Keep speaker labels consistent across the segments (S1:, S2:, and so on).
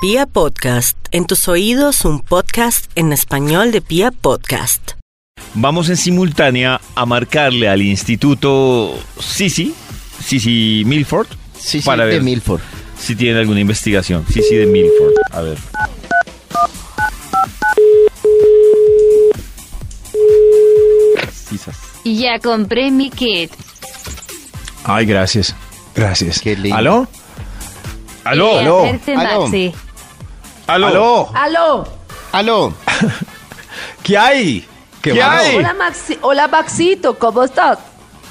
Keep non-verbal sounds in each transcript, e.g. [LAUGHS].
S1: Pia Podcast, en tus oídos un podcast en español de Pia Podcast.
S2: Vamos en simultánea a marcarle al instituto Sisi, Sisi Milford,
S3: Sí, sí,
S2: Para
S3: de
S2: ver.
S3: Milford.
S2: si tienen alguna investigación. Sisi de Milford, a ver. Sisas.
S4: Ya compré mi kit.
S5: Ay, gracias. Gracias.
S3: Qué lindo.
S5: ¿Aló?
S4: Aló, aló,
S3: aló.
S5: ¿Aló?
S6: Aló,
S3: Aló,
S5: ¿Qué hay? ¿Qué,
S2: ¿Qué
S5: van?
S2: hay?
S6: hola Maxi, hola Maxito, ¿cómo estás?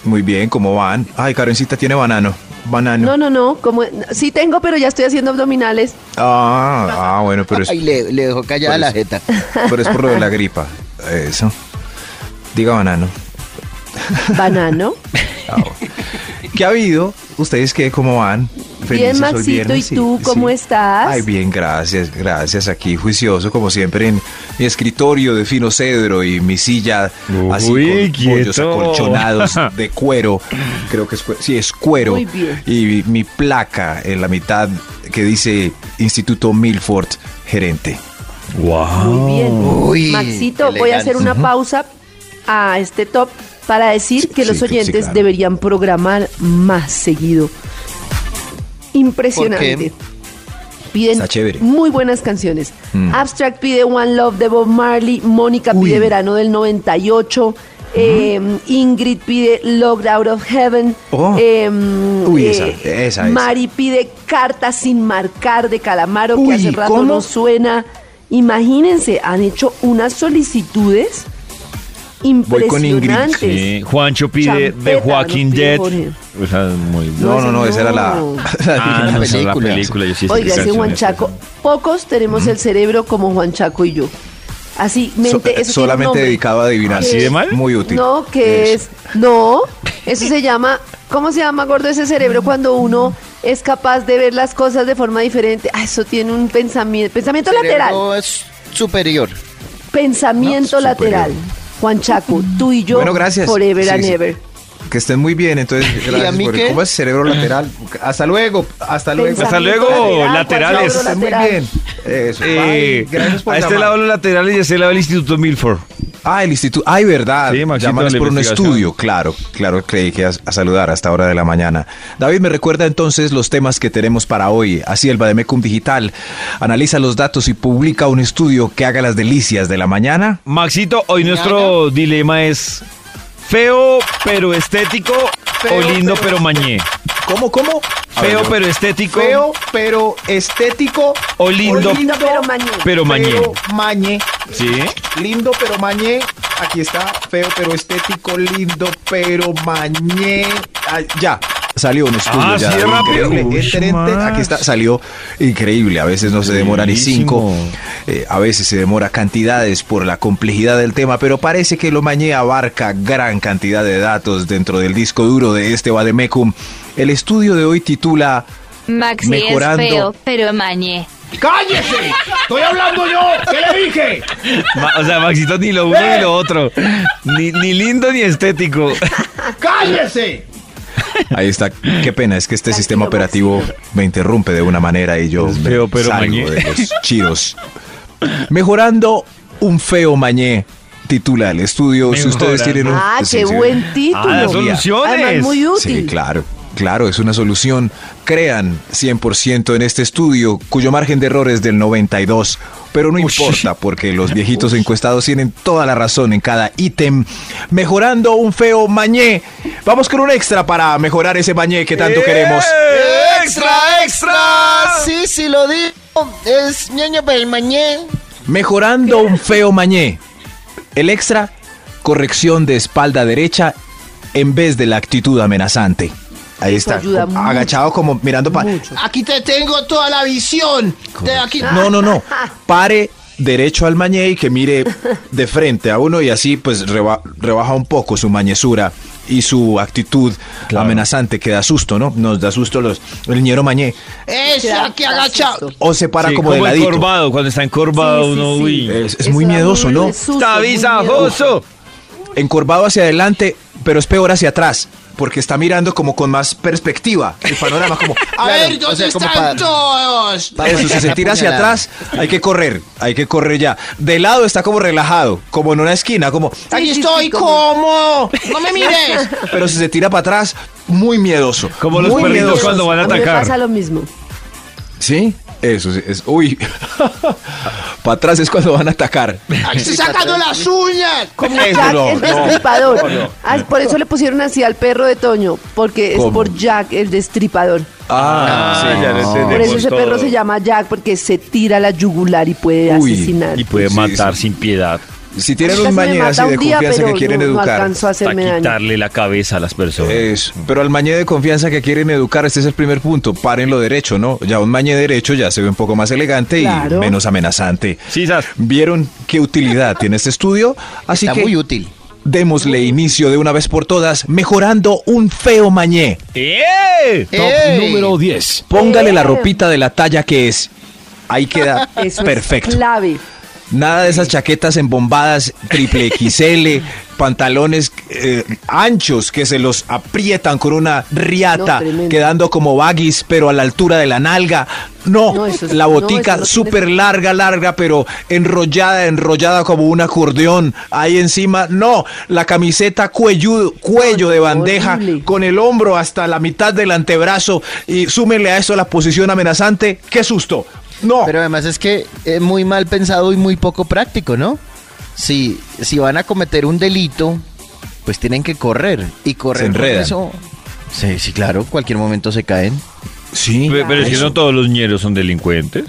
S5: Muy bien, ¿cómo van? Ay, Karencita tiene banano. Banano.
S6: No, no, no, como sí tengo, pero ya estoy
S5: [LAUGHS]
S6: haciendo abdominales.
S5: Ah, ah, bueno, pero es,
S3: Ay, le, le dejó callada
S5: por
S3: la
S5: eso.
S3: jeta.
S5: pero es por lo de la gripa. Eso. Diga banano. Ah,
S6: Banano.
S5: ¿Qué ha habido? ¿Ustedes qué? ¿Cómo van?
S6: bien,
S5: hoy
S6: Maxito, ¿y
S5: viernes, sí,
S6: tú
S5: sí.
S6: cómo estás?
S5: Ay, bien, gracias, gracias. Aquí juicioso, como siempre, en mi escritorio de fino cedro y mi silla así
S2: Uy,
S5: con bollos
S2: quieto. [LAUGHS]
S5: acolchonados de cuero. Creo que es cuero. Sí, es cuero.
S6: Muy bien.
S5: Y mi placa en la mitad que dice Instituto Milford, gerente. Ah.
S6: Muy bien.
S3: Uy,
S6: Maxito, voy a
S3: elegancia.
S6: hacer una pausa a este top para decir
S5: Sí,
S6: que los
S5: sí, sí,
S6: oyentes
S5: claro.
S6: deberían programar más seguido. Impresionante. Piden
S5: Está chévere.
S6: muy buenas canciones.
S5: Mm.
S6: Abstract pide One Love de Bob Marley, Mónica pide Verano del 98, eh, Ingrid pide Locked Out of Heaven,
S5: Oh.
S6: eh,
S5: Uy, esa, esa, esa.
S6: Mari pide Carta sin marcar de Calamaro, que
S5: Uy,
S6: hace rato
S5: ¿cómo?
S6: no suena. Imagínense, han hecho unas solicitudes
S5: Voy con Ingrid.
S6: impresionantes.
S2: Sí, Juancho pide
S6: Champeta,
S2: The Walking
S6: nos pide
S2: Dead.
S6: Jorge.
S2: O sea, muy
S6: No,
S5: No, no, no, esa
S6: esa
S5: era [LAUGHS] la,
S6: no.
S5: la-
S2: Ah, no, esa es la
S3: película.
S2: película. Yo sí sé
S6: Oiga,
S2: qué
S6: ese
S2: canción
S6: Juan
S2: es.
S6: Chaco, pocos tenemos el cerebro como Juan Chaco y yo. Así,
S5: so- eh,
S6: mente, eso tiene un
S5: solamente
S6: nombre.
S5: dedicado a adivinar.
S6: ¿Así de
S2: mal?
S5: Muy útil.
S6: No, que es. No, eso se llama. ¿Cómo se llama, gordo, ese
S5: Mm.
S6: cerebro cuando uno es capaz de ver las cosas de forma diferente? Ah, eso tiene un pensamiento. Pensamiento lateral.
S3: Cerebro es superior.
S6: Pensamiento
S5: No,
S6: lateral. Juan Chaco, tú y yo.
S5: Bueno, gracias.
S6: Forever
S5: Sí,
S6: and
S5: sí.
S6: ever.
S5: Que estén muy bien,
S6: [LAUGHS]
S5: entonces. Gracias
S3: a mí
S5: por-
S3: qué?
S5: ¿Cómo
S2: [LAUGHS]
S5: es cerebro lateral? Hasta luego, hasta luego. Ah,
S2: Hasta luego,
S6: Pensamiento lateral,
S2: laterales.
S6: Juan Chaco,
S5: Muy
S6: lateral.
S5: bien. Eso.
S2: Eh,
S5: Bye. Gracias por
S2: a este
S5: llamar.
S2: lado los laterales y a este lado el Instituto Milford.
S5: Ah, el instituto. Ay, verdad.
S2: Sí, Maxito,
S5: Llaman es
S2: la
S5: por un
S2: investigación.
S5: estudio. Claro, claro, creí que a, a saludar a esta hora de la mañana. David, me recuerda entonces los temas que tenemos para hoy. Así el Bademecum Digital analiza los datos y publica un estudio que haga las delicias de la mañana.
S2: Maxito, hoy nuestro dilema es feo pero estético o lindo pero, mañé.
S5: ¿Cómo, cómo? A ver,
S2: Feo
S5: yo-
S2: pero estético
S7: feo, pero estético.
S2: o lindo,
S6: Lindo, pero mañana.
S2: pero mañé.
S7: Feo, mañé.
S2: ¿Sí?
S7: Lindo, pero mañé. Aquí está. Feo, pero estético. Lindo, pero mañé. Ay, ya.
S5: Salió un estudio
S2: Ah,
S5: ya.
S2: sí,
S5: David,
S2: rápido.
S5: increíble,
S2: Uy,
S5: excelente.
S2: Max.
S5: Aquí está, salió increíble. A veces no se demora ni cinco,
S2: Buenísimo.
S5: eh, a veces se demora cantidades por la complejidad del tema, pero parece que lo mañé abarca gran cantidad de datos dentro del disco duro de este Bademecum. El estudio de hoy titula
S4: Maxi
S5: Mejorando.
S4: es feo, pero mañé.
S7: ¡Cállese! ¡Estoy hablando yo! ¿Qué le dije?
S2: Ma- o sea, Maxito ni lo uno
S5: Eh.
S2: ni lo otro. Ni, ni lindo ni estético.
S7: ¡Cállese!
S5: Ahí está. Qué pena, es que este
S6: Tranquilo,
S5: sistema operativo me interrumpe de una manera y yo
S2: Es
S5: me
S2: feo, pero
S5: salgo
S2: mañé.
S5: de
S2: [LAUGHS]
S5: los chiros. Mejorando un feo mañé, titula el estudio. Si ustedes
S2: Mejorando.
S5: tienen un...
S6: Ah,
S5: sí,
S6: qué
S5: sí.
S6: buen título.
S2: Ah, las soluciones.
S6: Además, muy útil.
S5: Sí, claro. Claro, es una solución. Crean 100% en este estudio, cuyo margen de error es del 92. Pero no importa, porque los viejitos encuestados tienen toda la razón en cada ítem. Mejorando un feo mañé. Vamos con un extra para mejorar ese mañé que tanto queremos.
S2: ¡Extra, extra!
S3: Sí, sí, lo digo. Es ñoño para el mañé.
S5: Mejorando un feo mañé. El extra, corrección de espalda derecha en vez de la actitud amenazante. Ahí
S6: Eso
S5: está,
S6: ayuda mucho.
S5: agachado como mirando para...
S6: Mucho.
S3: Aquí te tengo toda la visión. De aquí.
S5: No,
S3: [LAUGHS]
S5: no, no. Pare derecho al mañé y que mire de frente a uno y así pues reba- rebaja un poco su mañesura y su actitud amenazante que da susto, ¿no? Nos da susto los el ñero mañé.
S3: Eso, aquí
S6: Da
S3: agachado.
S6: susto.
S5: O se para
S2: Sí,
S5: como de ladito.
S2: encorvado, cuando está encorvado
S6: Sí, sí,
S2: uno,
S6: sí.
S2: uy.
S5: Es, es
S6: Eso
S5: muy
S6: da
S5: miedoso, ¿no?
S6: susto,
S2: ¡Está
S6: muy miedoso.
S2: visajoso!
S5: Encorvado hacia adelante, pero es peor hacia atrás. porque está mirando como con más perspectiva el panorama,
S3: [LAUGHS]
S5: como,
S3: A
S5: claro,
S3: ver, ¿dónde
S5: o sea, como
S3: están
S5: para-
S3: todos?
S5: Eso, si se tira hacia atrás, hay que correr, hay que correr ya. De lado está como relajado, como en una esquina, como...
S3: Aquí
S6: Sí, sí,
S3: estoy,
S6: sí,
S3: ¿cómo? No me mires.
S5: Pero si se tira para atrás, muy miedoso.
S2: Como los
S5: muy
S2: perritos
S5: miedoso.
S2: cuando van a
S6: mí me
S2: atacar.
S6: pasa lo mismo.
S5: Sí, eso sí, es... Uy, [LAUGHS] para atrás es cuando van a atacar.
S3: Aquí estoy sacando las uñas.
S6: [LAUGHS] Como
S5: Eso
S6: Jack
S5: no,
S6: el
S5: no,
S6: destripador. Ah, por eso le pusieron así al perro de Toño, porque
S5: ¿Cómo?
S6: es por Jack el destripador.
S5: Ah, sí,
S2: ya lo entendí.
S6: Por
S2: Tenemos
S6: eso ese perro
S2: todo.
S6: se llama Jack, porque se tira la yugular y puede
S5: Uy,
S6: asesinar.
S2: Y puede
S5: Sí,
S2: matar
S5: sí.
S2: sin piedad.
S5: Si tienen
S6: Casi
S5: un
S6: me
S5: mañé
S6: mata
S5: así
S6: un
S5: de
S6: día,
S5: confianza que
S6: pero
S5: quieren
S6: no- no
S5: educar.
S6: alcanzó a
S2: Para
S6: hacerme daño.
S2: quitarle la cabeza a las personas.
S5: Eso. Pero al mañé de confianza que quieren educar, este es el primer punto. Párenlo derecho, ¿no? Ya un mañé derecho ya se ve un poco más elegante y
S6: Claro.
S5: menos amenazante.
S2: Sí, Sas.
S5: ¿Vieron qué utilidad tiene este estudio? Así
S3: Está
S5: que
S3: muy útil.
S5: démosle inicio de una vez por todas, mejorando un feo mañé.
S2: ¡Eh!
S8: Top
S3: ¡Ey!
S8: número 10.
S5: Póngale la
S6: Eh.
S5: ropita de la talla que es. Ahí queda
S6: Eso
S5: perfecto.
S6: es clave.
S5: Nada de esas chaquetas embombadas triple
S6: [LAUGHS]
S5: XL, pantalones eh, anchos que se los aprietan con una
S6: No,
S5: riata,
S6: tremendo.
S5: quedando como baggies, pero a la altura de la nalga. No,
S6: No, eso es-
S5: la
S6: no,
S5: botica
S6: eso no
S5: súper
S6: tiene-
S5: larga, larga, pero enrollada, enrollada como un acordeón. Ahí encima, no, la camiseta cuelludo, cuello
S6: No,
S5: de
S6: no,
S5: bandeja,
S6: horrible.
S5: con el hombro hasta la mitad del antebrazo. Y súmenle a eso la posición amenazante. ¡Qué susto! No.
S3: Pero además es que es muy mal pensado y muy poco práctico, ¿no? Si, si van a cometer un delito, pues tienen que correr. Y correr
S5: Se
S3: con
S5: enredan.
S3: eso- Sí, sí, claro, cualquier momento se caen.
S5: sí.
S2: Pe- Pero es que
S5: eso.
S2: no todos los ñeros son delincuentes.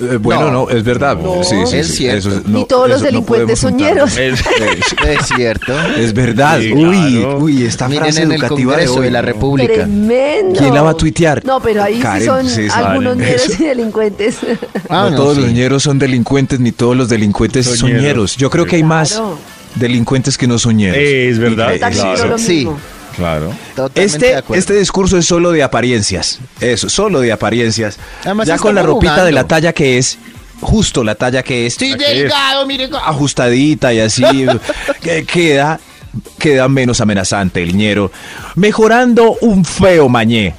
S5: Eh, bueno, no,
S3: No.
S5: es verdad.
S6: No.
S5: Sí, sí,
S3: Es
S5: sí,
S3: cierto.
S5: eso es-
S6: Ni todos los
S5: eso
S6: delincuentes son
S5: podemos juntarlo.
S3: [LAUGHS]
S2: Es-
S3: Es
S5: [LAUGHS]
S3: cierto.
S5: Es verdad.
S2: Sí,
S5: uy,
S2: claro.
S5: uy, esta
S3: Miren
S5: frase
S3: en el
S5: educativa de,
S3: Congreso de,
S5: hoy,
S3: la
S5: ¿no?
S3: República.
S6: Tremendo.
S5: ¿Quién la va a tuitear?
S6: No, pero ahí
S5: Karen,
S6: sí son
S5: sí, saben
S6: algunos
S2: eso.
S5: [LAUGHS]
S6: negros y delincuentes.
S3: Ah,
S5: no
S3: no,
S5: todos los
S3: sí.
S5: ñeros son delincuentes, ni todos los delincuentes
S2: Son
S5: son
S2: ñeros.
S5: ñeros. Yo creo que hay más
S6: Claro.
S5: delincuentes que no son ñeros.
S2: Es verdad,
S5: Increíble.
S6: Exacto,
S2: claro.
S6: lo
S3: Sí.
S6: mismo.
S2: Claro.
S3: Totalmente de
S5: Este,
S3: acuerdo.
S5: este discurso es solo de apariencias. Eso, solo de apariencias.
S3: Además,
S5: ya con la
S3: estamos
S5: ropita de la
S3: jugando.
S5: talla que es, justo la talla que es.
S3: Estoy delgado, mire. co-
S5: ajustadita y así que queda queda menos amenazante el ñero mejorando un feo mañé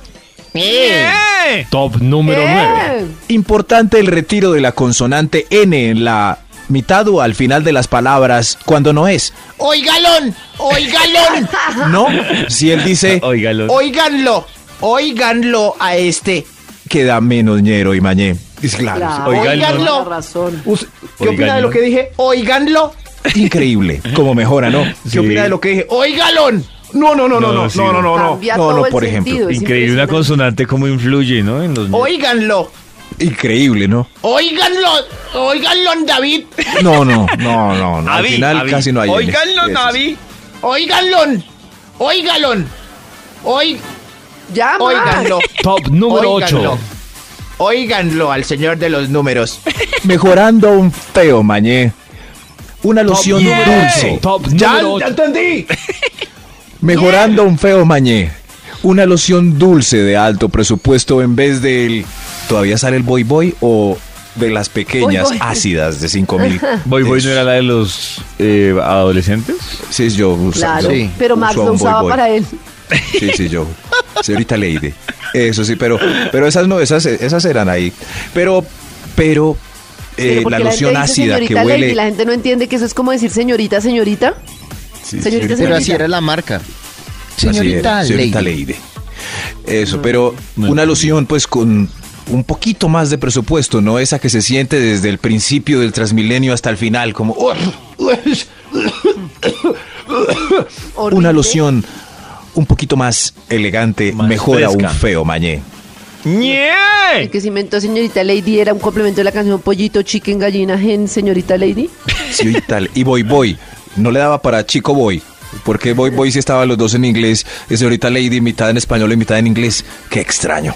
S3: Eh,
S8: Top número 9.
S6: Eh,
S5: importante el retiro de la consonante n en la mitad o al final de las palabras cuando no es
S3: Oigalón,
S5: [LAUGHS]
S3: oigalón,
S5: no si él
S8: Eh,
S2: [LAUGHS]
S5: dice
S2: Óigalo.
S8: oh,
S3: oiganlo, oiganlo a este.
S5: queda menos ñero y mañé es claro
S6: Claro,
S2: Oiga,
S6: tiene
S3: el-
S6: toda la razón.
S7: Us- ¿Qué opina de
S2: Oigan,
S7: lo que dije?
S3: Oiganlo,
S5: increíble cómo
S2: [LAUGHS]
S5: mejora no
S7: ¿Qué opina de lo que dije?
S3: oigalón.
S7: No, no, no, no,
S2: No,
S7: no,
S2: sí,
S7: no, no, no, no.
S6: Cambia
S5: no,
S6: todo
S5: no,
S6: el
S5: por ejemplo.
S6: sentido, es
S2: Increíble una
S6: impresionante.
S2: consonante como influye, ¿no? En los ñeros.
S3: Oiganlo,
S5: increíble no
S3: oiganlo, oiganlo, David,
S5: no no no no,
S2: [LAUGHS]
S5: no. al
S2: Avi,
S5: final
S2: Avi.
S5: casi no hay
S2: Óiganlo,
S5: N.
S2: Avi.
S3: oiganlo, oigalón, oig,
S6: Ya, Max. [LAUGHS]
S3: oiganlo,
S8: Top número 8.
S3: oiganlo al señor de los números.
S5: mejorando un feo mañé una loción dulce
S8: Top
S7: Ya,
S8: número
S7: ya
S8: 8.
S7: entendí.
S5: Mejorando un feo mañé. Una loción dulce de alto presupuesto en vez del. ¿Todavía sale el boy boy o de las pequeñas
S6: Boy Boy.
S5: ácidas de 5000?
S2: [LAUGHS] Boy Boy no
S5: Eso.
S2: era la de los eh, adolescentes.
S5: Sí, yo usaba.
S6: Claro,
S5: sí,
S6: pero Max
S5: usaba
S6: lo
S5: un Boy
S6: usaba
S5: Boy.
S6: para él.
S5: Sí, sí, yo. Señorita Lady. Eso sí, pero, pero esas no, esas, esas eran ahí. Pero, pero, eh,
S6: Pero porque
S5: la loción
S6: gente dice
S5: ácida que
S6: señorita
S5: huele.
S6: Lady, la gente no entiende que eso es como decir señorita, señorita.
S5: Sí,
S6: señorita,
S3: Pero así era la marca.
S5: Así
S3: Señorita
S5: era, señorita
S3: Lady.
S5: Leide. Eso,
S2: Mm.
S5: pero una alusión pues con un poquito más de presupuesto, no esa que se siente desde el principio del Transmilenio hasta el final, como "Ur,
S6: Horrible.
S5: una alusión un poquito más elegante,
S2: Más
S5: mejora
S2: fresca.
S5: un feo mañé.
S6: El que se inventó señorita Lady era un complemento de la canción Pollito, Chicken, Gallina, Gen, señorita Lady.
S5: Sí, y tal. Y Boy Boy, no le daba para Chico Boy. Porque Boy Boy si estaban los dos en inglés, y señorita Lady mitad en español y mitad en inglés. Qué extraño.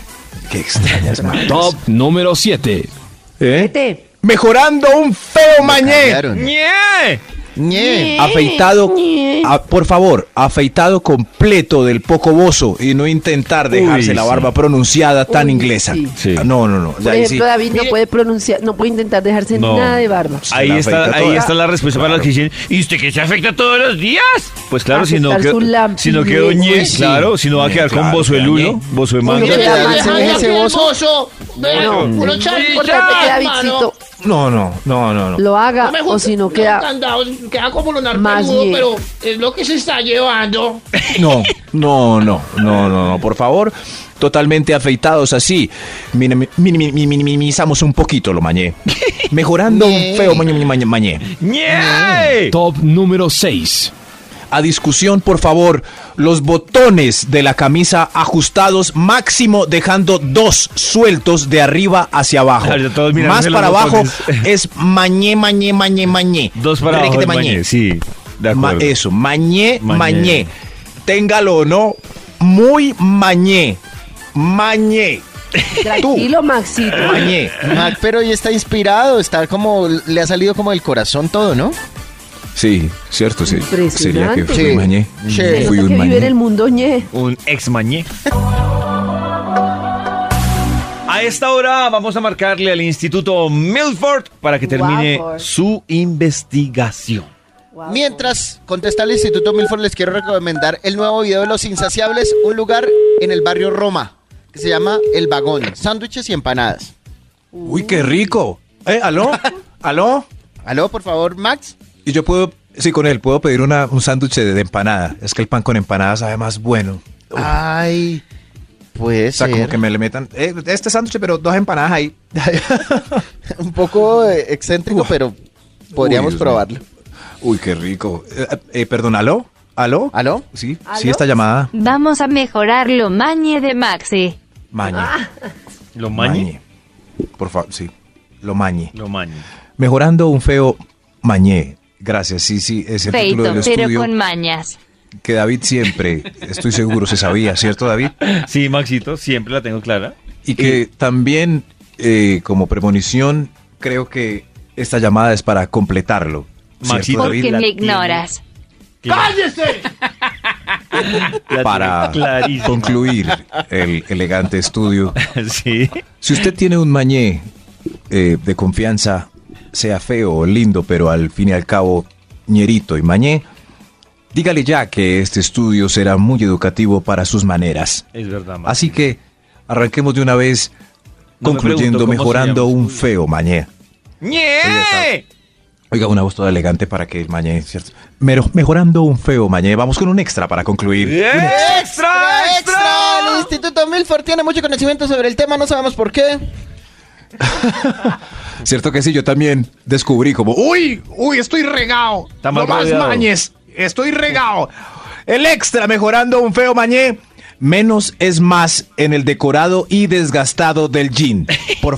S5: Qué extrañas
S2: [LAUGHS]
S5: marcas.
S8: Top número 7.
S5: ¿Eh?
S6: Vete.
S5: Mejorando un feo mañé. Eh,
S3: Cambiaron.
S2: ¡Ñe!
S3: Ñe.
S5: Afeitado, a- por favor, afeitado completo del poco bozo y no intentar dejarse
S2: Uy,
S5: la
S2: sí.
S5: barba pronunciada tan
S6: Uy,
S5: inglesa.
S6: sí.
S2: Sí.
S5: No, no, no.
S6: Por
S5: ahí
S6: ejemplo,
S5: sí.
S6: David no puede pronunciar, no puede intentar dejarse
S2: No.
S6: nada de barba.
S5: Se
S2: Ahí
S5: la
S2: está,
S5: afeita
S2: ahí
S5: toda.
S2: está la respuesta para los que dicen, ¿y usted que se afecta todos los días? Pues claro, si no,
S6: Afectar
S2: quedó-
S6: su lápiz,
S2: si no quedó
S6: güey.
S2: ñe,
S3: Sí.
S2: claro, si no va a quedar con
S5: Claro,
S2: bozuelulo,
S5: ñe.
S3: Uy,
S2: bozuemanga.
S3: pero
S6: Manga.
S3: David, se ve ese bozo.
S6: No, no,
S9: Puro chan,
S6: importante
S9: puro
S6: que
S9: chan, hermano.
S6: Davidcito
S5: No, no, no, no, no.
S6: lo haga
S9: No me
S6: o
S9: gusta,
S6: si no
S9: los
S6: queda.
S9: candados, queda como lo
S6: Más
S9: narpeludo,
S6: bien.
S9: pero es lo que se está llevando.
S5: No, no, no, no, no, no, por favor, totalmente afeitados así. Minim- minim- minim- Minimizamos un poquito lo
S6: [LAUGHS]
S5: mañé. Mejorando un feo mañé, mañé, mañé.
S2: ¡Ñe!
S8: Top número 6.
S5: A discusión, por favor, los botones de la camisa ajustados máximo dejando dos sueltos de arriba hacia abajo.
S2: Claro, ya todos mirándose
S5: Más
S2: los
S5: para abajo
S2: botones.
S5: es mañé, mañé, mañé, mañé.
S2: Dos para abajo
S5: Requete
S2: el mañé, sí. De
S5: Ma-
S2: acuerdo.
S5: eso, mañé,
S2: Mañé.
S5: mañé, Téngalo o no, muy mañé. Mañé.
S6: Tranquilo, Maxito.
S5: Mañé.
S3: Mac, pero hoy está inspirado, está como, le ha salido como del corazón todo, ¿no?
S5: Sí, cierto, sí.
S6: Impresionante. Sería que
S3: fui mañé.
S6: Se nota
S5: Fui un
S6: que vive en
S5: mañé.
S6: el mundo ñe.
S2: Un ex mañé. A esta hora vamos a marcarle al Instituto Milford para que termine
S6: Guapo.
S2: su investigación.
S3: Mientras contesta el Instituto Milford, les quiero recomendar el nuevo video de Los Insaciables, un lugar en el barrio Roma, que se llama El Vagón, sándwiches y empanadas.
S5: Uy, qué rico. ¿Eh? ¿Aló? ¿Aló?
S3: Aló, por favor, Max.
S5: Y yo puedo, sí, con él, puedo pedir una, un sándwich de, de empanada. Es que el pan con empanada sabe más bueno.
S3: Ay, pues
S5: O sea, como que me le metan, eh, este sándwich, pero dos empanadas ahí. [LAUGHS]
S3: [LAUGHS] un poco eh, excéntrico, pero podríamos
S5: Uy, Dios mío.
S3: probarlo.
S5: Uy, qué rico. Eh, eh, perdón, ¿aló? ¿Aló?
S3: ¿Aló?
S5: Sí, sí,
S6: ¿Aló?
S5: esta llamada.
S4: Vamos a mejorar lo mañe de Maxi.
S5: Mañe.
S2: ¿Lo
S5: Mañe. Por favor, sí. Lo mañe.
S2: Lo mañe.
S5: Mejorando un feo mañé. Gracias, sí, sí, es el
S4: Feito,
S5: título del
S4: pero
S5: estudio
S4: con mañas.
S5: que David siempre, estoy seguro, se sabía, ¿cierto, David?
S2: Sí, Maxito, siempre la tengo clara.
S5: Y que también, eh, como premonición, creo que esta llamada es para completarlo. ¿cierto,
S2: Maxito.
S5: David?
S4: Porque
S2: la
S4: me
S2: tiene.
S4: ignoras.
S9: ¡Cállese!
S2: La
S5: Para
S2: tengo clarísima.
S5: concluir el elegante estudio. [LAUGHS]
S2: Sí.
S5: Si usted tiene un mañé eh, de confianza, sea feo o lindo, pero al fin y al cabo ñerito y mañé, dígale ya que este estudio será muy educativo para sus maneras.
S2: Es verdad, Maxito.
S5: Así que arranquemos de una vez
S2: No me pregunto
S5: concluyendo
S2: cómo se
S5: mejorando
S2: llama.
S5: un feo mañé.
S2: ¡Ñe!
S5: Oiga, una voz toda elegante para que el mañé, ¿cierto? Mero- mejorando un feo mañé. Vamos con un extra para concluir.
S2: ¡Extra, extra!
S3: El Instituto Milford tiene mucho conocimiento sobre el tema, no sabemos por qué.
S5: Cierto que sí, yo también descubrí como, uy, uy, estoy regado.
S2: Está mal
S5: no más
S2: rodeado.
S5: mañes, estoy regado. El extra mejorando un feo mañé. Menos es más en el decorado y desgastado del jean. Por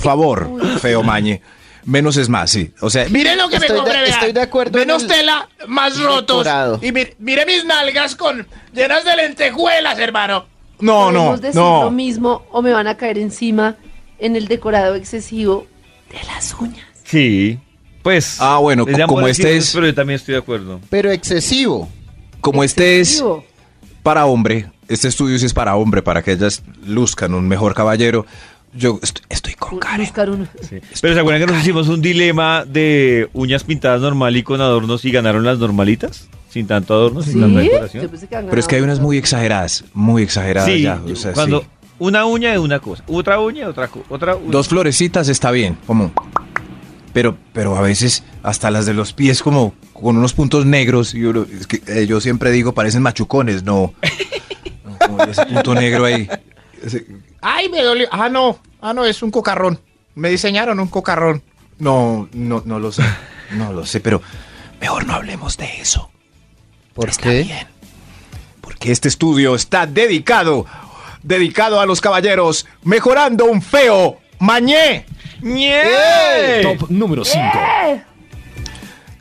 S3: [LAUGHS]
S5: favor, feo mañe. Menos es más, sí. O sea,
S9: Mire lo que
S3: Estoy
S9: me
S3: de-
S9: compré, vea.
S3: estoy de acuerdo en
S9: Menos
S3: el-
S9: tela, más rotos.
S3: Decorado.
S9: Y mire, mire mis nalgas con llenas de lentejuelas, hermano.
S5: no, no,
S6: Podemos decir lo
S5: no.
S6: mismo o me van a caer encima en el decorado excesivo de las uñas.
S2: Sí. Pues.
S5: Ah, bueno,
S2: les llamo
S5: como
S2: a decirles,
S5: este es-
S2: Pero yo también estoy de acuerdo.
S3: Pero excesivo.
S5: Como este es
S6: Excesivo.
S5: para hombre, este estudio sí es para hombre, para que ellas luzcan un mejor caballero. Yo est- estoy con Karen.
S6: Buscar uno.
S2: Sí. Pero ¿se acuerdan que nos hicimos un dilema de uñas pintadas normal y con adornos y ganaron las normalitas? Sin tanto adorno, sin
S6: ¿Sí?
S2: tanta
S6: Yo
S2: decoración.
S6: pensé que habían
S5: Pero es que hay
S6: ganado.
S5: unas muy exageradas, muy exageradas
S2: Sí,
S5: ya. o sea,
S2: cuando
S5: sí.
S2: una uña es una cosa, otra uña es otra cosa, otra uña.
S5: Dos florecitas está bien, como. Pero, pero a veces hasta las de los pies como con unos puntos negros. y uno- es que, eh, yo siempre digo parecen machucones, no. No, como ese punto negro ahí. Ese-
S9: Ay, me dolió. Ah, no. Ah, no, es un cocarrón. Me diseñaron un cocarrón.
S5: no, no, no lo sé. No lo sé, pero mejor no hablemos de eso.
S3: ¿Por
S5: Está
S3: qué?
S5: bien. Porque este estudio está dedicado, dedicado a los caballeros, mejorando un feo mañé.
S2: ¡Ñe!
S8: Top número 5.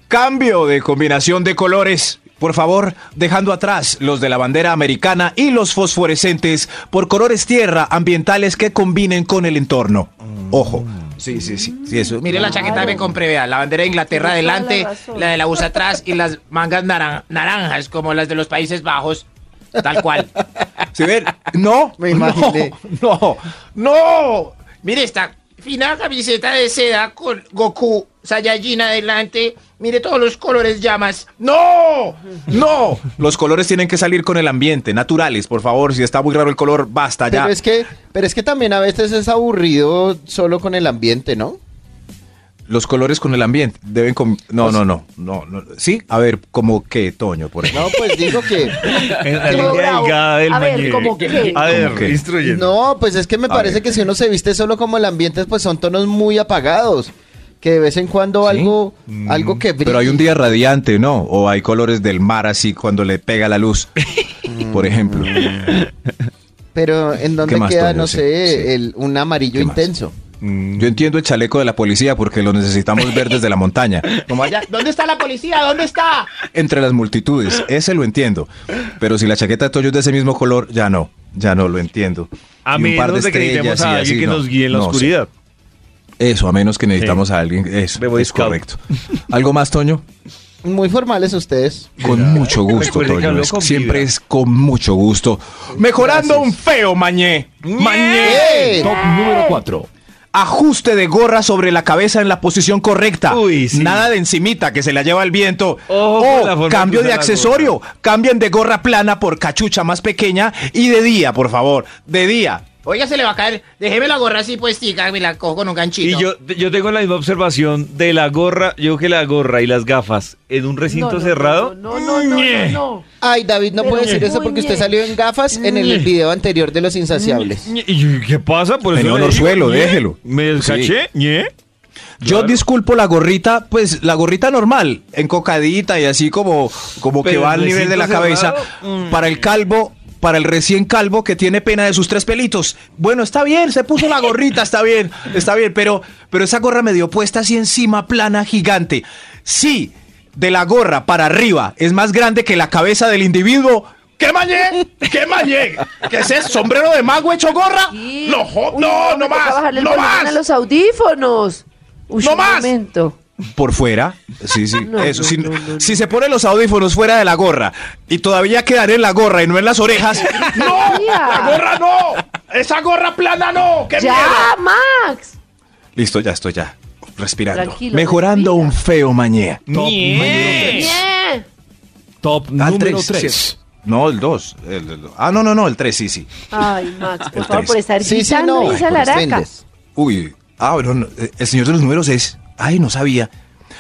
S5: Cambio de combinación de colores Por favor, dejando atrás los de la bandera americana y los fosforescentes por colores tierra ambientales que combinen con el entorno.
S3: Mm.
S5: Ojo. Sí, sí, sí. sí eso.
S10: Mire la chaqueta que me compré, vea, la bandera de Inglaterra
S6: Tiene toda
S10: adelante,
S6: la razón.
S10: la de la USA atrás y las mangas naran- naranjas como las de los Países Bajos, tal cual.
S5: ¿Se ven? No,
S3: Me imaginé.
S5: [LAUGHS] No,
S10: ¡No! Mire esta fina camiseta de seda con Goku Saiyajin adelante. Mire todos los colores llamas. ¡No!
S5: no. Los colores tienen que salir con el ambiente, naturales, por favor. Si está muy raro el color, basta ya.
S3: Pero es, que, pero es que también a veces es aburrido solo con el ambiente, ¿no?
S5: Los colores con el ambiente deben com-
S3: Pues-
S5: no, no, no, no, no. Sí, a ver, como que Toño, por ejemplo.
S3: No, pues digo que...
S2: En la
S6: Qué
S2: línea
S6: bravo.
S2: delgada del
S6: A ver,
S2: Mañé.
S6: ¿cómo qué?
S2: A
S5: ¿Cómo
S2: ver,
S5: qué?
S2: instruyen.
S3: No, pues es que me
S5: A
S3: parece
S5: ver.
S3: que si uno se viste solo como el ambiente, pues son tonos muy apagados. Que de vez en cuando algo, algo que brille.
S5: Mm, Pero hay un día radiante, ¿no? O hay colores del mar así cuando le pega
S3: [LAUGHS]
S5: la luz, por ejemplo.
S3: Pero en donde
S5: ¿Qué más,
S3: queda,
S5: Toño?
S3: no
S5: Sí,
S3: sé,
S5: sí.
S3: el- un amarillo
S5: ¿Qué más?
S3: intenso.
S5: Yo entiendo el chaleco de la policía porque lo necesitamos ver desde la montaña,
S10: Como allá- ¿Dónde está la policía? ¿Dónde está?
S5: entre las multitudes, ese lo entiendo. Pero si la chaqueta de Toño es de ese mismo color, ya no, ya no lo entiendo.
S2: A
S5: Y un par
S2: menos de que necesitemos
S5: y
S2: a
S5: así,
S2: alguien que
S5: no,
S2: nos guíe en la
S5: no sé.
S2: oscuridad.
S5: Eso, a menos que necesitamos a alguien. Eso,
S2: De Boy
S5: es
S2: Scout.
S5: correcto. ¿Algo más, Toño?
S3: Muy formales ustedes.
S5: Con mucho gusto,
S2: Recuerden que
S5: Toño.
S2: habló
S5: Es-
S2: con
S5: siempre
S2: vibra.
S5: es con mucho gusto. Mejorando un feo, Mañé. Mañé.
S8: Top número 4.
S5: Ajuste de gorra sobre la cabeza en la posición correcta.
S2: Uy, sí.
S5: Nada de encimita que se la lleva el viento.
S2: Ojo con la
S5: o
S2: forma
S5: cambio
S2: de
S5: de
S2: usar la
S5: accesorio. Cambien de gorra plana por cachucha más pequeña y de día, por favor. De día.
S10: Oiga, se le va a caer. Déjeme la gorra así puestica, me la cojo con un ganchito.
S2: Y yo, yo tengo la misma observación de la gorra, yo creo que la gorra y las gafas en un recinto
S6: No, no,
S2: cerrado.
S6: No, no, no, no, no, no.
S3: Ay, David, no
S6: Pero
S3: puede decir eso
S6: Muñe.
S3: porque usted salió en gafas en el
S2: Muñe.
S3: video anterior de Los
S2: Mm.
S3: Insaciables.
S2: ¿Y qué pasa? Por
S5: Señor
S2: le digo,
S5: Orzuelo,
S2: ¿ñe?
S5: déjelo.
S2: Me descaché, ¿ñe?
S5: Yo
S2: Claro.
S5: disculpo la gorrita, pues la gorrita normal, encocadita y así como, como que
S2: Pero
S5: va
S2: el
S5: al nivel de la
S2: recinto
S5: cabeza.
S2: cerrado, mm.
S5: Para el calvo, para el recién calvo que tiene pena de sus tres pelitos. Bueno, está bien, se puso la gorrita, está bien, está bien, pero, pero esa gorra medio puesta así encima, plana, gigante. Sí, de la gorra para arriba es más grande que la cabeza del individuo. ¿Qué mañé? ¿Qué mañé? ¿Qué es eso? ¿Sombrero de mago hecho gorra?
S6: Sí.
S5: No, jo-
S6: Uy,
S5: no,
S6: me
S5: no
S6: toca
S5: más,
S6: bajarle el
S5: no
S6: volumen
S5: más.
S6: a los audífonos. Uy,
S5: No
S6: un
S5: más.
S6: momento.
S5: Por fuera. Sí, sí.
S6: [LAUGHS] No,
S5: eso.
S6: no,
S5: si,
S6: no, no,
S5: si se ponen los audífonos fuera de la gorra y todavía quedan en la gorra y no en las
S6: [LAUGHS]
S5: orejas. ¡No!
S6: Mira.
S5: ¡La gorra no! ¡Esa gorra plana no! ¡Qué
S6: ¡Ya, Max!
S5: Listo, ya estoy ya. Respirando.
S6: Tranquilo,
S5: Mejorando
S6: respira.
S5: un feo mañé.
S8: Top número 3.
S6: Bien.
S8: Top
S5: Ah,
S8: número
S5: tres,
S8: 3.
S5: sí. No, el 2. ah, no, no, no, el 3, sí, sí.
S6: Ay, Max, por
S5: El
S6: favor,
S5: tres.
S6: por estar
S3: Pues Sí, sí,
S6: quitando
S3: no. pues
S6: esa laraca.
S3: ofendes.
S5: Uy. Ah, bueno, no, eh, el señor de los números es. Ay, no sabía.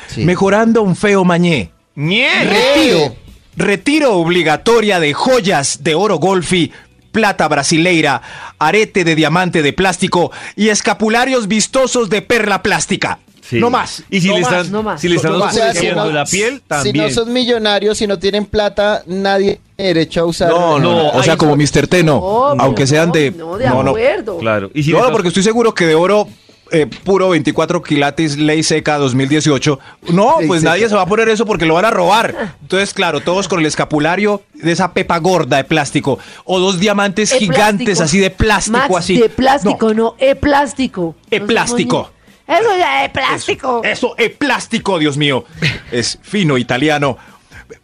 S3: Sí. Eh,
S5: Mejorando un feo mañé. Retiro. Eh, Retiro obligatoria de joyas de oro golfi, plata brasileira, arete de diamante de plástico y escapularios vistosos de perla plástica.
S2: Sí.
S5: No más.
S2: Y si
S6: no
S2: le
S6: más,
S2: están,
S6: no más.
S2: si le están
S3: No más.
S2: oscureciendo
S3: O sea, si no-
S2: la piel,
S3: Si
S2: también.
S3: no son millonarios, si no tienen plata, nadie tiene derecho a usar.
S5: No, no, no. O sea, como Mr. T, no.
S6: Obvio,
S5: Aunque sean de.
S6: No, de acuerdo.
S2: Claro. Y si
S5: No,
S2: le
S5: no,
S2: están-
S5: porque estoy seguro que de oro eh, puro 24 quilates, ley seca 2018. No,
S3: Ley
S5: pues
S3: seca.
S5: nadie se va a poner eso porque lo van a robar. Entonces, claro, todos con el escapulario de esa pepa gorda de plástico o dos diamantes
S6: E
S5: gigantes
S6: plástico.
S5: así de plástico
S6: Max,
S5: así.
S6: De plástico, no, es plástico.
S5: E
S6: No
S5: plástico.
S6: somos ni- Eso ya es plástico.
S5: Eso es plástico, Dios mío. Es fino italiano.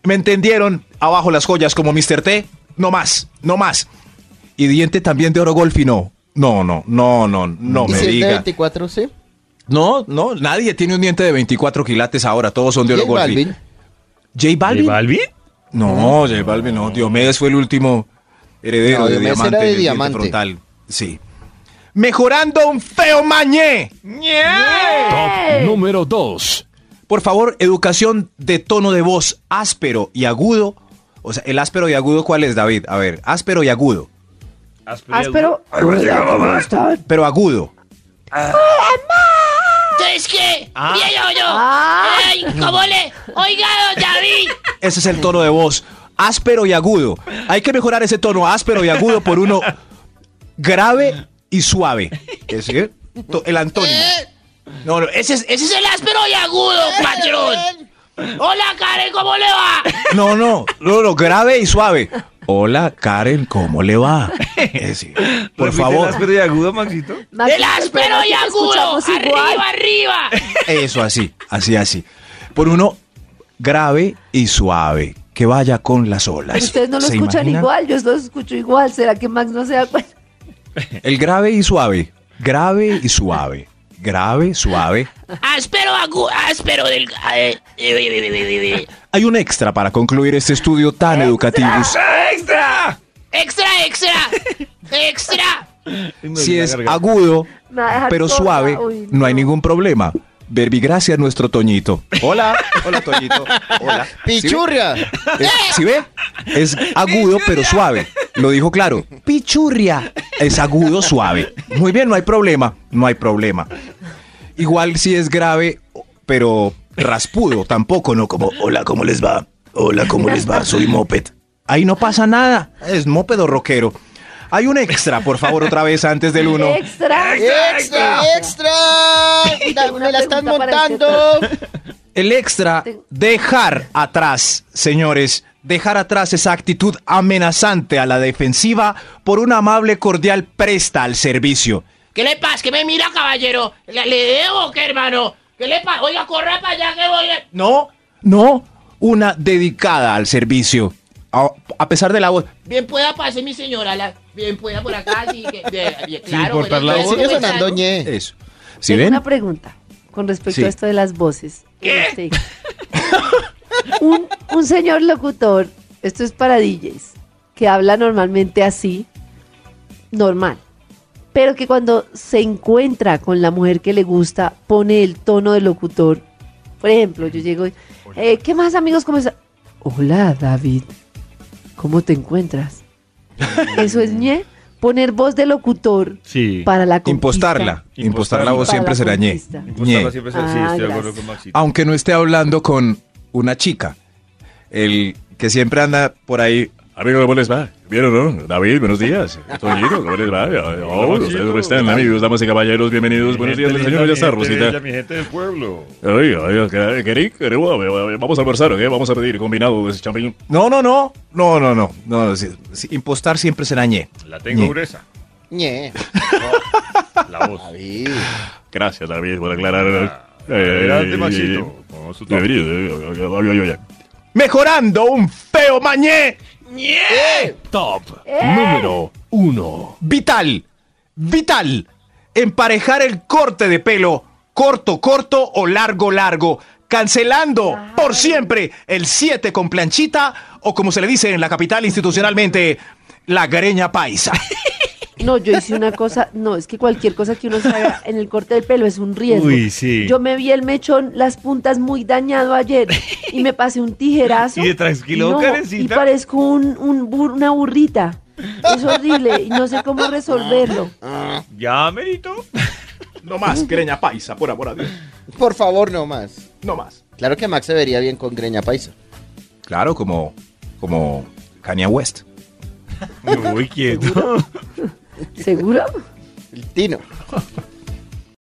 S5: ¿Me entendieron? Abajo las joyas como Mr. T. No más, no más. Y diente también de oro golfi, no. No, no, no, no, no
S3: y
S5: me
S3: si es de
S5: diga.
S3: 24, sí.
S5: No, no, nadie tiene un diente de 24 quilates ahora, todos son de oro
S3: J
S5: golfi.
S3: Balvin.
S5: ¿J Balvin?
S2: ¿De Balvin?
S5: No, J Balvin no. Diomedes fue el último heredero
S3: No,
S5: de
S3: Diomedes
S5: diamante.
S3: era de
S5: del diente
S3: diamante.
S5: frontal. Sí. Mejorando un feo mañé.
S8: Top número 2.
S5: Por favor, educación de tono de voz áspero y agudo. O sea, el áspero y agudo, ¿cuál es, David? A ver, áspero y agudo.
S2: Áspero y
S6: Áspero.
S5: Pero agudo.
S10: ¿Sabes qué?
S6: Ah.
S10: Mire yo, yo. Ay, ¿cómo le? Oiga, don David.
S6: [LAUGHS]
S5: Ese es el tono de voz. Áspero y agudo. Hay que mejorar ese tono áspero y agudo por uno grave y suave. Es decir, to- el antónimo. No, no, ese es, ese es el áspero y agudo, patrón.
S10: Hola, Karen, ¿cómo le va?
S5: No, no, no, no, grave y suave. Hola, Karen, ¿cómo le va? Es decir, por favor.
S2: áspero y agudo, Maxito?
S6: Maxito,
S10: Del áspero
S6: espera,
S10: y
S6: que te
S10: agudo.
S6: escuchamos igual.
S10: Arriba, arriba.
S5: Eso así, así, así. Por uno, grave y suave, que vaya con las olas.
S6: Ustedes no lo
S5: ¿Se
S6: escuchan
S5: imaginan?
S6: igual, yo lo escucho igual. ¿Será que Max no se da cuenta?
S5: El grave y suave, grave y suave, grave, suave.
S10: Áspero, agudo. Áspero del. eh, eh, eh, eh, eh, eh.
S5: Hay un extra para concluir este estudio tan
S6: [LAUGHS]
S5: educativo.
S10: Extra, extra. Extra.
S5: Si es agudo,
S6: Me va a dejar
S5: pero
S6: sorda.
S5: suave,
S6: Uy,
S5: no hay ningún problema. Verbigracia nuestro Toñito. Hola, hola Toñito. Hola.
S3: Pichurria.
S5: Eh, ¿Sí ve? Es agudo pero suave. Lo dijo claro. Pichurria. Es agudo suave. Muy bien, no hay problema. No hay problema. Igual si es grave, pero raspudo tampoco, ¿no? Como, hola, ¿cómo les va? Hola, ¿cómo les va? Soy moped. Ahí no pasa nada. Es moped o rockero. Hay un extra, por favor, otra vez antes del uno.
S6: Extra.
S3: ¡Extra! ¡Extra! Cuidado, ¡Me la están
S6: Una pregunta
S3: montando!
S5: El extra, dejar atrás, señores. Dejar atrás esa actitud amenazante a la defensiva por una amable cordial presta al servicio.
S10: ¿Qué le pasa? ¿Qué me mira, caballero? ¿Le, le debo o qué, hermano? ¿Qué le pasa? Oiga, corra para allá que voy. a-
S5: No, no, una dedicada al servicio. A, a pesar de la voz.
S10: Bien pueda pase, mi señora. la- bien pueda por acá.
S6: [LAUGHS]
S10: Así que, de- de- claro,
S2: cortar
S10: bueno,
S2: la
S10: entonces,
S2: voz.
S3: Sigue
S10: ¿cómo está,
S3: sonando
S10: no?
S3: ñe.
S5: Eso. ¿Sí
S6: Tengo
S5: ven?
S6: una pregunta con respecto
S5: Sí.
S6: a esto de las voces. Este, un, un señor locutor, esto es para DJs, que habla normalmente así, normal, pero que cuando se encuentra con la mujer que le gusta, pone el tono de locutor. Por ejemplo, yo llego y, eh, ¿qué más amigos? ¿Cómo está? Hola, David. ¿Cómo te encuentras? Eso es ñe, poner voz de locutor
S2: Sí.
S6: para la conquista.
S5: Impostarla. Impostar la voz
S6: Para
S5: siempre
S6: la
S5: será ñe.
S6: conquista.
S5: Ñe.
S2: Impostarla siempre será- Sí,
S6: Ah,
S2: estoy de
S6: gracias.
S2: acuerdo con Maxito.
S5: Aunque no esté hablando con una chica. El que siempre anda por ahí.
S8: Amigo, ¿cómo les va? ¿Vieron, no? David, buenos días. Toñito, ¿cómo les va? Oh, ustedes cómo están, amigos, damas y caballeros, bienvenidos. Buenos días, el señor ya está, Rosita.
S2: Mi gente del pueblo.
S8: Oiga, oiga, qué- qué rico, qué rico. Vamos a almorzar, ¿ok? Vamos a pedir combinado de champiñón.
S5: No, no, no. No, no, no. no sí, sí, impostar siempre será ñe.
S8: La tengo
S5: Ñe.
S8: gruesa.
S3: Ñe.
S8: La voz.
S3: David.
S8: Gracias, David, por aclarar.
S2: Ah, Adelante, Maxito. Con su top.
S8: eh,
S5: Mejorando un feo mañé. Eh.
S8: Top eh. número uno.
S5: Vital. Vital. Emparejar el corte de pelo. Corto, corto o largo, largo. Cancelando por siempre el 7 con planchita o como se le dice en la capital institucionalmente, la greña paisa.
S6: No, yo hice una cosa, no, es que cualquier cosa que uno se haga en el corte del pelo es un riesgo.
S2: Uy, sí.
S6: Yo me vi el mechón, las puntas muy dañado ayer y me pasé un
S2: [LAUGHS]
S6: tijerazo.
S2: ¿Y de tranquilo,
S6: No,
S2: Karencita?
S6: Y parezco un, un bur- una burrita. Es horrible y no sé cómo resolverlo.
S2: Ya, Merito.
S7: [LAUGHS] No más, greña paisa, por amor a Dios.
S3: Por favor, no más.
S7: No más.
S3: Claro que Max se vería bien con Greña Paisa.
S5: Claro, como, como Kanye West.
S2: Muy quieto.
S6: ¿Seguro?
S3: El Tino.